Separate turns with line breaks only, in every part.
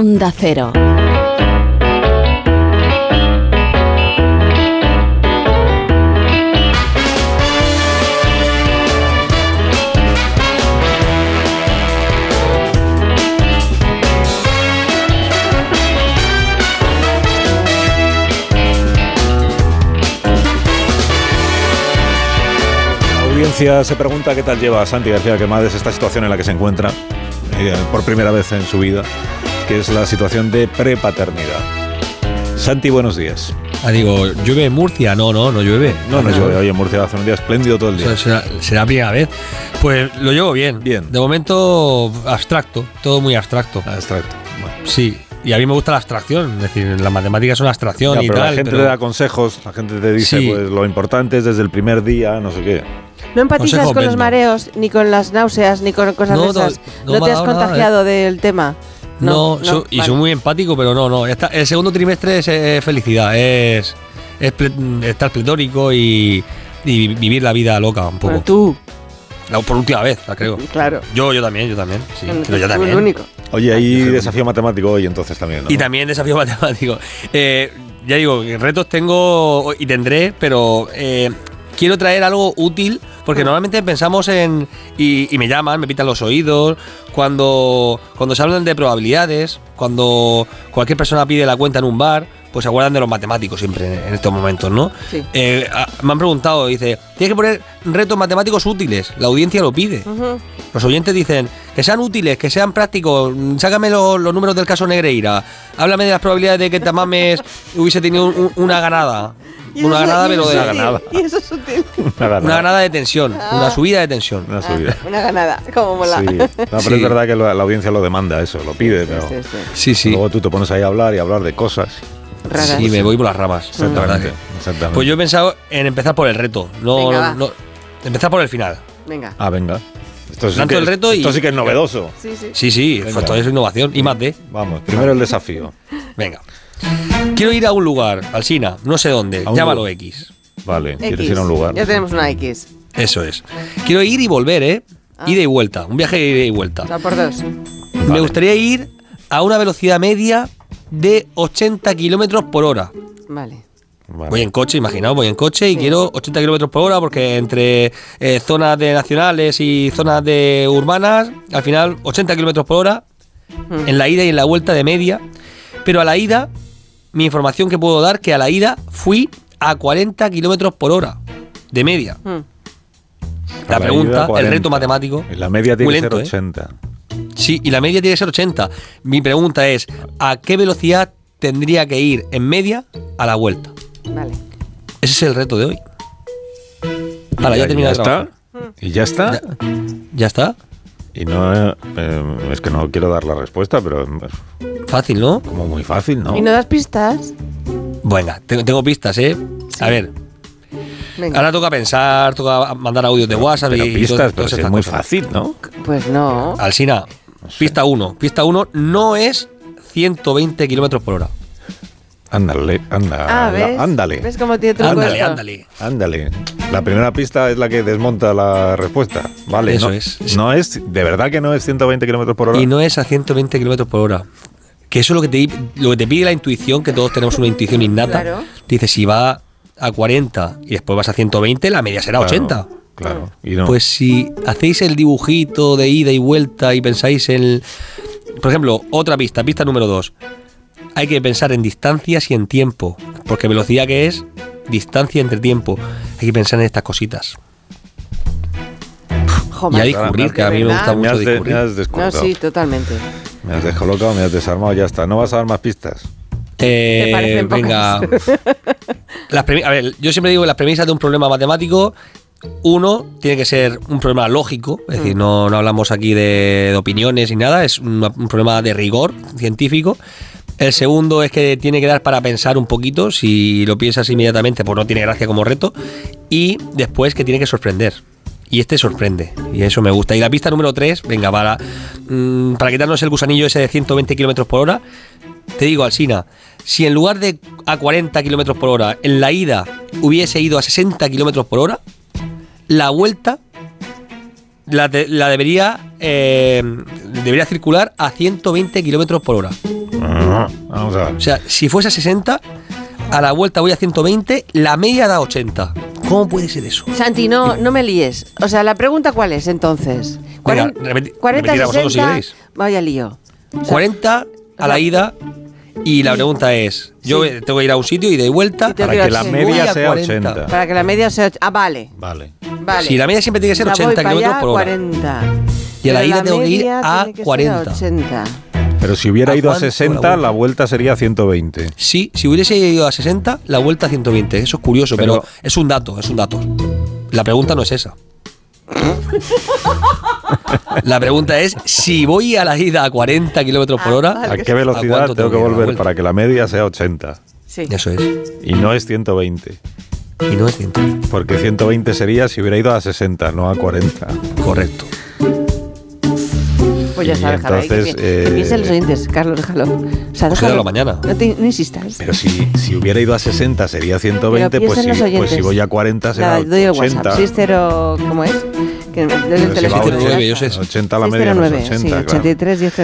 Onda Cero.
audiencia se pregunta qué tal lleva Santi García Quemades esta situación en la que se encuentra eh, por primera vez en su vida, que es la situación de prepaternidad. Santi, buenos días.
Ah, digo, ¿llueve en Murcia? No, no, no llueve.
No, no llueve hoy en Murcia, hace un día espléndido todo el día.
Eso Será, será primera vez. Pues lo llevo bien.
Bien.
De momento, abstracto. Todo muy abstracto.
Abstracto. Ah, Bueno.
Sí. Y a mí me gusta la abstracción. Es decir, las matemáticas son abstracción
Ya,
y
pero
tal.
la gente
pero
te da consejos, la gente te dice,
Sí.
pues lo importante es desde el primer día, no sé qué.
No empatizas
Consejo
con los
vendo.
mareos, ni con las náuseas, ni con cosas
No,
de
no,
esas.
no
No,
me ha
te has
dado nada, eh.
contagiado del tema.
no, so- y
vale.
soy muy empático, pero no, no. Esta- el segundo trimestre es eh, felicidad. Es, es ple- estar pletórico y, y vivir la vida loca un poco.
Bueno, tú,
La- por última vez, la creo.
claro.
Yo, yo también, yo también. Sí,
Bueno,
pero
tú
yo
eres
también.
el único.
Oye, hay desafío matemático hoy entonces también. ¿no?
Y también desafío matemático. Eh, ya digo, retos tengo y tendré, pero eh, quiero traer algo útil, porque normalmente pensamos en... Y, y me llaman, me pitan los oídos, cuando, cuando se hablan de probabilidades, cuando cualquier persona pide la cuenta en un bar, pues se acuerdan de los matemáticos siempre en- en estos momentos, ¿no?
Sí.
Eh, a- me han preguntado, dice, tienes que poner retos matemáticos útiles, la audiencia lo pide.
Ujú.
Los oyentes dicen que sean útiles, que sean prácticos. mm, Sácame lo- los números del caso Negreira. Háblame de las probabilidades de que Tamames hubiese tenido un- un- una ganada.
Y
Una
eso-
ganada,
y eso
pero
es
de.
una
sutil,
ganada.
Y eso es sutil.
Nada,
Una
nada.
ganada de tensión.
Ah.
Una subida de tensión.
Una subida.
Una ganada, como mola.
Sí. No, pero
Sí.
es verdad que la, la audiencia lo demanda eso, lo pide,
Sí,
pero
sí, sí.
Sí, sí.
luego tú te pones ahí a hablar y a hablar de cosas.
Raras.
Sí, me voy por las ramas. la verdad
Exactamente.
que-
exactamente.
Pues yo he pensado en empezar por el reto. No,
Venga, va.
no- empezar por el final.
Venga.
Ah, venga. Esto sí,
Lanzo
que,
el reto y-
esto sí que es novedoso.
Sí, sí.
Sí, sí,
Venga.
pues todo es innovación. Y más de.
Vamos, primero el desafío.
Venga. Quiero ir a un lugar, al Sina, no sé dónde,
A un
llámalo
lugar.
X.
Vale, quieres
X.
ir a un lugar.
Ya tenemos una X.
Eso es. Quiero ir y volver, ¿eh?
Ah.
Ida y vuelta, un viaje de ida y vuelta.
O sea, por dos.
Me gustaría ir a una velocidad media de 80 kilómetros por hora.
Vale.
Vale.
Voy en coche, imaginaos, voy en coche y
Sí.
quiero 80 kilómetros por hora porque entre eh, zonas de nacionales y zonas de urbanas, al final 80 kilómetros por hora
Mm.
en la ida y en la vuelta de media. Pero a la ida, mi información que puedo dar que a la ida fui a 40 kilómetros por hora de media.
Mm.
A
La
ida,
pregunta, el
40.
reto matemático.
Y La media tiene
Muy
que
lento,
ser
¿eh?
80.
Sí, y la media tiene que ser 80. Mi pregunta es, ¿a qué velocidad tendría que ir en media a la vuelta?
Vale.
Ese es el reto de hoy. Vale, ya he terminado de
está. Ah.
trabajar.
Y ya está.
¿Ya está?
Y no. eh, eh, es que no quiero dar la respuesta, pero es
Fácil, ¿no?
como muy fácil, ¿no?
¿Y no das pistas?
Venga, tengo, tengo pistas, ¿eh? A ver,
Venga.
ahora toca pensar, toca mandar audios de WhatsApp
pero
y... y
pistas,
todas-
pero
todas
si es
estas
muy
cosas.
fácil, ¿no?
Pues no.
Alsina, pista 1. Pista 1 no es 120 kilómetros por hora.
Ándale, ándale.
Ah, ¿ves?
Ándale.
¿Ves cómo tiene truco
Ándale,
esto?
ándale.
Ándale. La primera pista es la que desmonta la respuesta. Vale,
Eso
no,
es.
No es. De verdad que no es 120 kilómetros por hora.
Y no es a 120 kilómetros por hora. Que eso es lo que, te, lo que te pide la intuición, que todos tenemos una intuición innata.
Claro.
Dice, si va a 40 y después vas a 120, la media será
Claro,
80.
Claro. Y no.
Pues si hacéis el dibujito de ida y vuelta y pensáis en... Por ejemplo, otra pista, pista número 2. Hay que pensar en distancias y en tiempo. Porque velocidad que es, distancia entre tiempo. Hay que pensar en estas cositas.
Oh,
Jo,
y a
macho,
discurrir,
de
que a mí me
verdad.
gusta
me,
mucho
has de-
discurrir.
me has descolocado.
No, sí, totalmente.
Me has descolocado, me has desarmado, ya está. No vas a dar más pistas.
Eh,
Me parecen
venga.
pocas.
Las premi- a ver, yo siempre digo que las premisas de un problema matemático, uno, tiene que ser un problema lógico, es
Mm.
decir, no, no hablamos aquí de, de opiniones ni nada, es un, un problema de rigor científico. El segundo es que tiene que dar para pensar un poquito, si lo piensas inmediatamente, pues no tiene gracia como reto. Y después que tiene que sorprender. Y este sorprende, y eso me gusta. Y la pista número 3, venga, para, mm, para quitarnos el gusanillo ese de 120 kilómetros por hora, te digo, Alsina, si en lugar de a 40 kilómetros por hora, en la ida hubiese ido a 60 kilómetros por hora, la vuelta la, de- la debería, eh, debería circular a 120 kilómetros por hora.
Vamos a ver.
O sea, si fuese a 60, a la vuelta voy a 120, la media da 80. ¿Cómo puede ser eso?
Santi, no, no me líes. O sea, la pregunta cuál es entonces.
Venga,
Cuaren-
repeti-
40,
repetid a vosotros si
60,
queréis.
Vaya lío.
40 a la ida y la pregunta es, yo
Sí.
eh, tengo que ir a un sitio y de vuelta.
tengo
Para que la
Sí.
voy
media
a
sea
40.
80.
Para que la media sea. och- Ah, vale.
Vale.
Vale.
Si la media siempre tiene que ser
La voy
80
para
kilómetros
allá,
por hora.
40.
Y a la
Pero
ida tengo que ir
media
a
tiene que ser
40.
80.
Pero si hubiera
¿A
ido a
cuánto
60,
la
la vuelta sería 120.
Sí, si hubiese ido a 60, la vuelta a 120. Eso es curioso, pero,
Pero-
es un dato, es un dato. La pregunta no es esa. La pregunta es si voy a la ida a 40 kilómetros por hora.
Ah, vale.
¿A
Claro que
qué
sí.
¿A
velocidad
cuánto
tengo que
tengo que dar la
volver
vuelta?
para que la media sea 80?
Sí.
Eso es.
Y no es 120.
Y no es 100.
Porque 120 sería si hubiera ido a 60, no a 40.
Correcto.
Pues ya
Y
sabes, Javier.
entonces,
que,
eh,
piensen los oyentes, Carlos, déjalo. O sea,
Pues
déjalo.
quédalo mañana.
No, te, no insistas.
Pero si, si hubiera ido a 60 sería 120,
Pero
pues si,
piensen los
pues
oyentes.
si voy a 40 será
Nada, doy el WhatsApp.
80.
60, ¿cómo es? Que desde el
Pero si va a
teléfono.
609, yo sé.
80 la media no es
609,
80,
sí,
claro.
83, 10,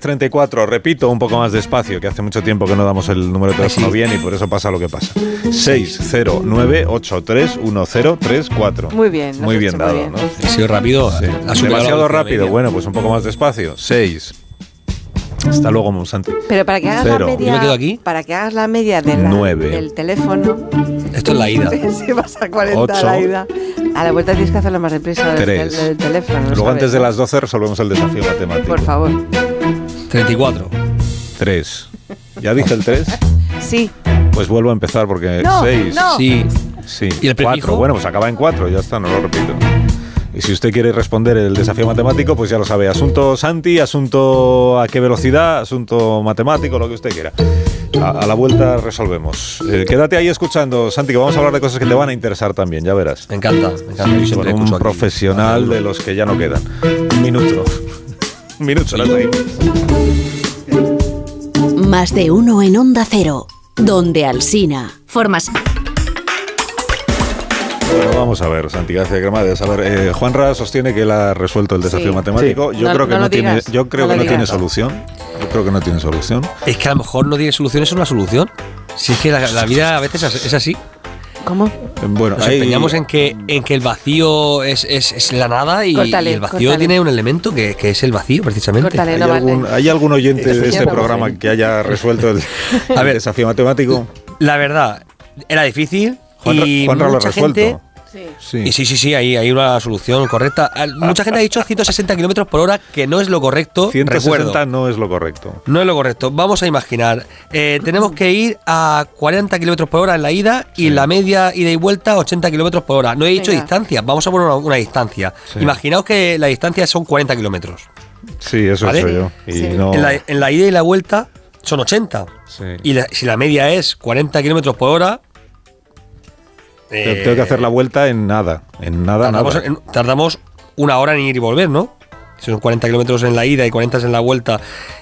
34.
609-83-1034, repito un poco más despacio, que hace mucho tiempo que no damos el número de teléfono
sí.
Pues
bien y por eso pasa lo que pasa. 609-831034.
Muy bien, lo has
Muy bien
hecho muy
dado,
bien.
¿no?
He sido rápido.
Sí.
ha superado
Demasiado
la
rápido,
media.
bueno, pues un poco más despacio. 6. Hasta luego, Monsanto.
Pero para que hagas
Cero.
la media.
Yo me quedo aquí.
Para que hagas la media de la-
Nueve.
del teléfono.
Esto es la ida.
si vas a 40 a
Ocho.
la ida. A la vuelta tienes que hacerlo más deprisa del,
Tres.
del- del teléfono.
Luego,
¿sabes?
antes de las 12, resolvemos el desafío matemático.
Por favor.
34.
3. ¿Ya dije el 3?
Sí.
Pues vuelvo a empezar porque
No,
6.
no.
Sí.
Sí,
¿Y el prefijo?
cuatro. Bueno, pues acaba en cuatro, ya está, no lo repito. Y si usted quiere responder el desafío matemático, pues ya lo sabe. Asunto Santi, asunto a qué velocidad, asunto matemático, lo que usted quiera. A, a la vuelta resolvemos. Eh, quédate ahí escuchando, Santi, que vamos a hablar de cosas que te van a interesar también, ya verás.
Me encanta. Me encanta. Yo
Sí,
siempre
con un
escucho aquí.
profesional de los que ya no quedan. Un minuto. Un minuto, ahora seguimos.
Más de uno en Onda Cero, donde Alsina. Formas.
Bueno, vamos a ver, Santi García Cremades. A ver, eh, Juanra sostiene que él ha resuelto el desafío
Sí.
matemático. Yo
No-
creo que
no
no,
lo
tiene,
digas,
yo creo
no
que
lo
no tiene
digas.
solución. Yo creo que no tiene solución. Eh,
Es que a lo mejor no tiene solución, eso es una solución. Si es que la, la vida a veces es así.
¿Cómo?
Eh,
Bueno,
Nos
ahí-
empeñamos en que, en que el vacío es, es- es la nada y,
Córtale,
y el vacío
córtale.
tiene un elemento que, que es el vacío, precisamente.
Córtale.
¿Hay,
no vale.
algún, hay algún oyente de este
Estamos
programa
ahí.
que haya resuelto el,
A
el
ver.
desafío matemático?
La verdad, era difícil.
Juanra,
y
Juanra lo ha
mucha
resuelto.
gente.
Sí.
Sí.
Y sí, sí, sí, ahí hay una solución correcta. Al- Mucha gente ha dicho 160 kilómetros por hora, que no es lo correcto.
160
recuerdo.
no es lo correcto.
No es lo correcto. Vamos a imaginar. eh, tenemos que ir a 40 kilómetros por hora en la ida y la media ida y vuelta 80 kilómetros por hora. No he dicho
Venga.
distancia. Vamos a poner una, una distancia.
Sí.
Imaginaos que la distancia son 40 kilómetros.
Sí, eso
¿Vale?
soy yo. Y
Sí.
no-
En, la, en la ida y la vuelta son 80.
Oh. Sí.
Y la- si la media es 40 kilómetros por hora.
Te-
eh,
Tengo que hacer la vuelta en nada. En nada,
Tardamos,
nada.
en- tardamos una hora en ir y volver, ¿no? Si son 40 kilómetros en la ida y 40 en la vuelta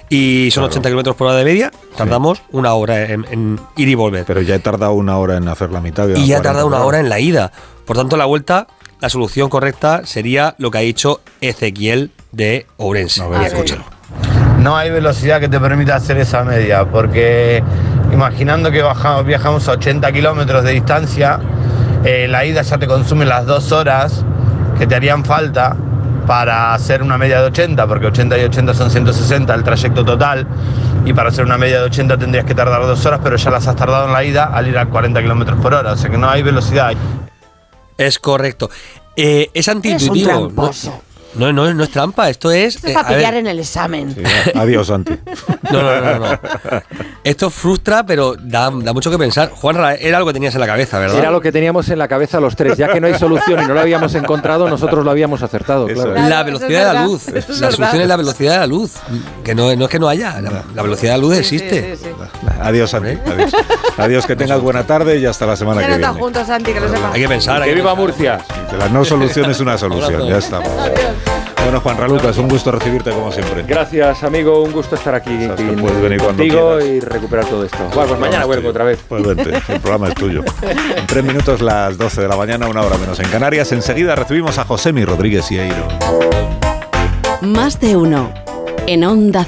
y son 80 kilómetros por hora de media, tardamos una hora en, en ir y volver.
Pero ya he tardado una hora en hacer la mitad.
y ya ha
40
tardado una
por
hora en la ida. Por tanto, la vuelta, la solución correcta sería lo que ha dicho Ezequiel de Ourense.
A ver,
Y
a ver.
escúchalo.
No hay velocidad que te permita hacer esa media, porque imaginando que baja- viajamos a 80 kilómetros de distancia, eh, la ida ya te consume las dos horas que te harían falta para hacer una media de 80, porque 80 y 80 son 160 el trayecto total, y para hacer una media de 80 tendrías que tardar dos horas, pero ya las has tardado en la ida al ir a 40 kilómetros por hora, o sea que no hay velocidad.
Es correcto. Eh, es antiintuitivo.
Eres un
¿no?
tramposo.
No, no, no es trampa, esto es.
Esto es
eh,
para
a ver,
pillar en el examen.
Sí, ya. Adiós, Santi.
No, no, no, no, no. Esto frustra, pero da, da mucho que pensar. Juanra, era algo que tenías en la cabeza, ¿verdad?
Era lo que teníamos en la cabeza los tres. Ya que no hay solución y no lo habíamos encontrado, nosotros lo habíamos acertado.
Eso
claro.
es.
La
Claro, eso es
velocidad de la
verdad,
luz.
eso es
la
verdad.
solución es la velocidad de la luz. Que no, no es que no haya. La, la velocidad de la luz existe.
Sí, sí, sí.
Adiós, Santi. Adiós. Adiós, que tengas buena tarde y hasta la semana
Ya
que
no
viene.
están juntos, Santi, que lo sepas.
Hay que pensar. hay
¡Que viva
pensar.
Murcia!
Que la no solución es una solución, ya estamos. Bueno, Juan Ralucas, un gusto recibirte como siempre.
Gracias, amigo. Un gusto estar aquí
Sabes que
y-
puedes venir cuando
contigo
quieras.
y recuperar todo esto. Bueno, pues
El programa
mañana
es
vuelvo
tuyo.
otra vez.
Pues vente, el programa es tuyo. En tres minutos, las 12 de la mañana, una hora menos en Canarias. Enseguida recibimos a Josemi Rodríguez y Eiro.
Más de uno en Onda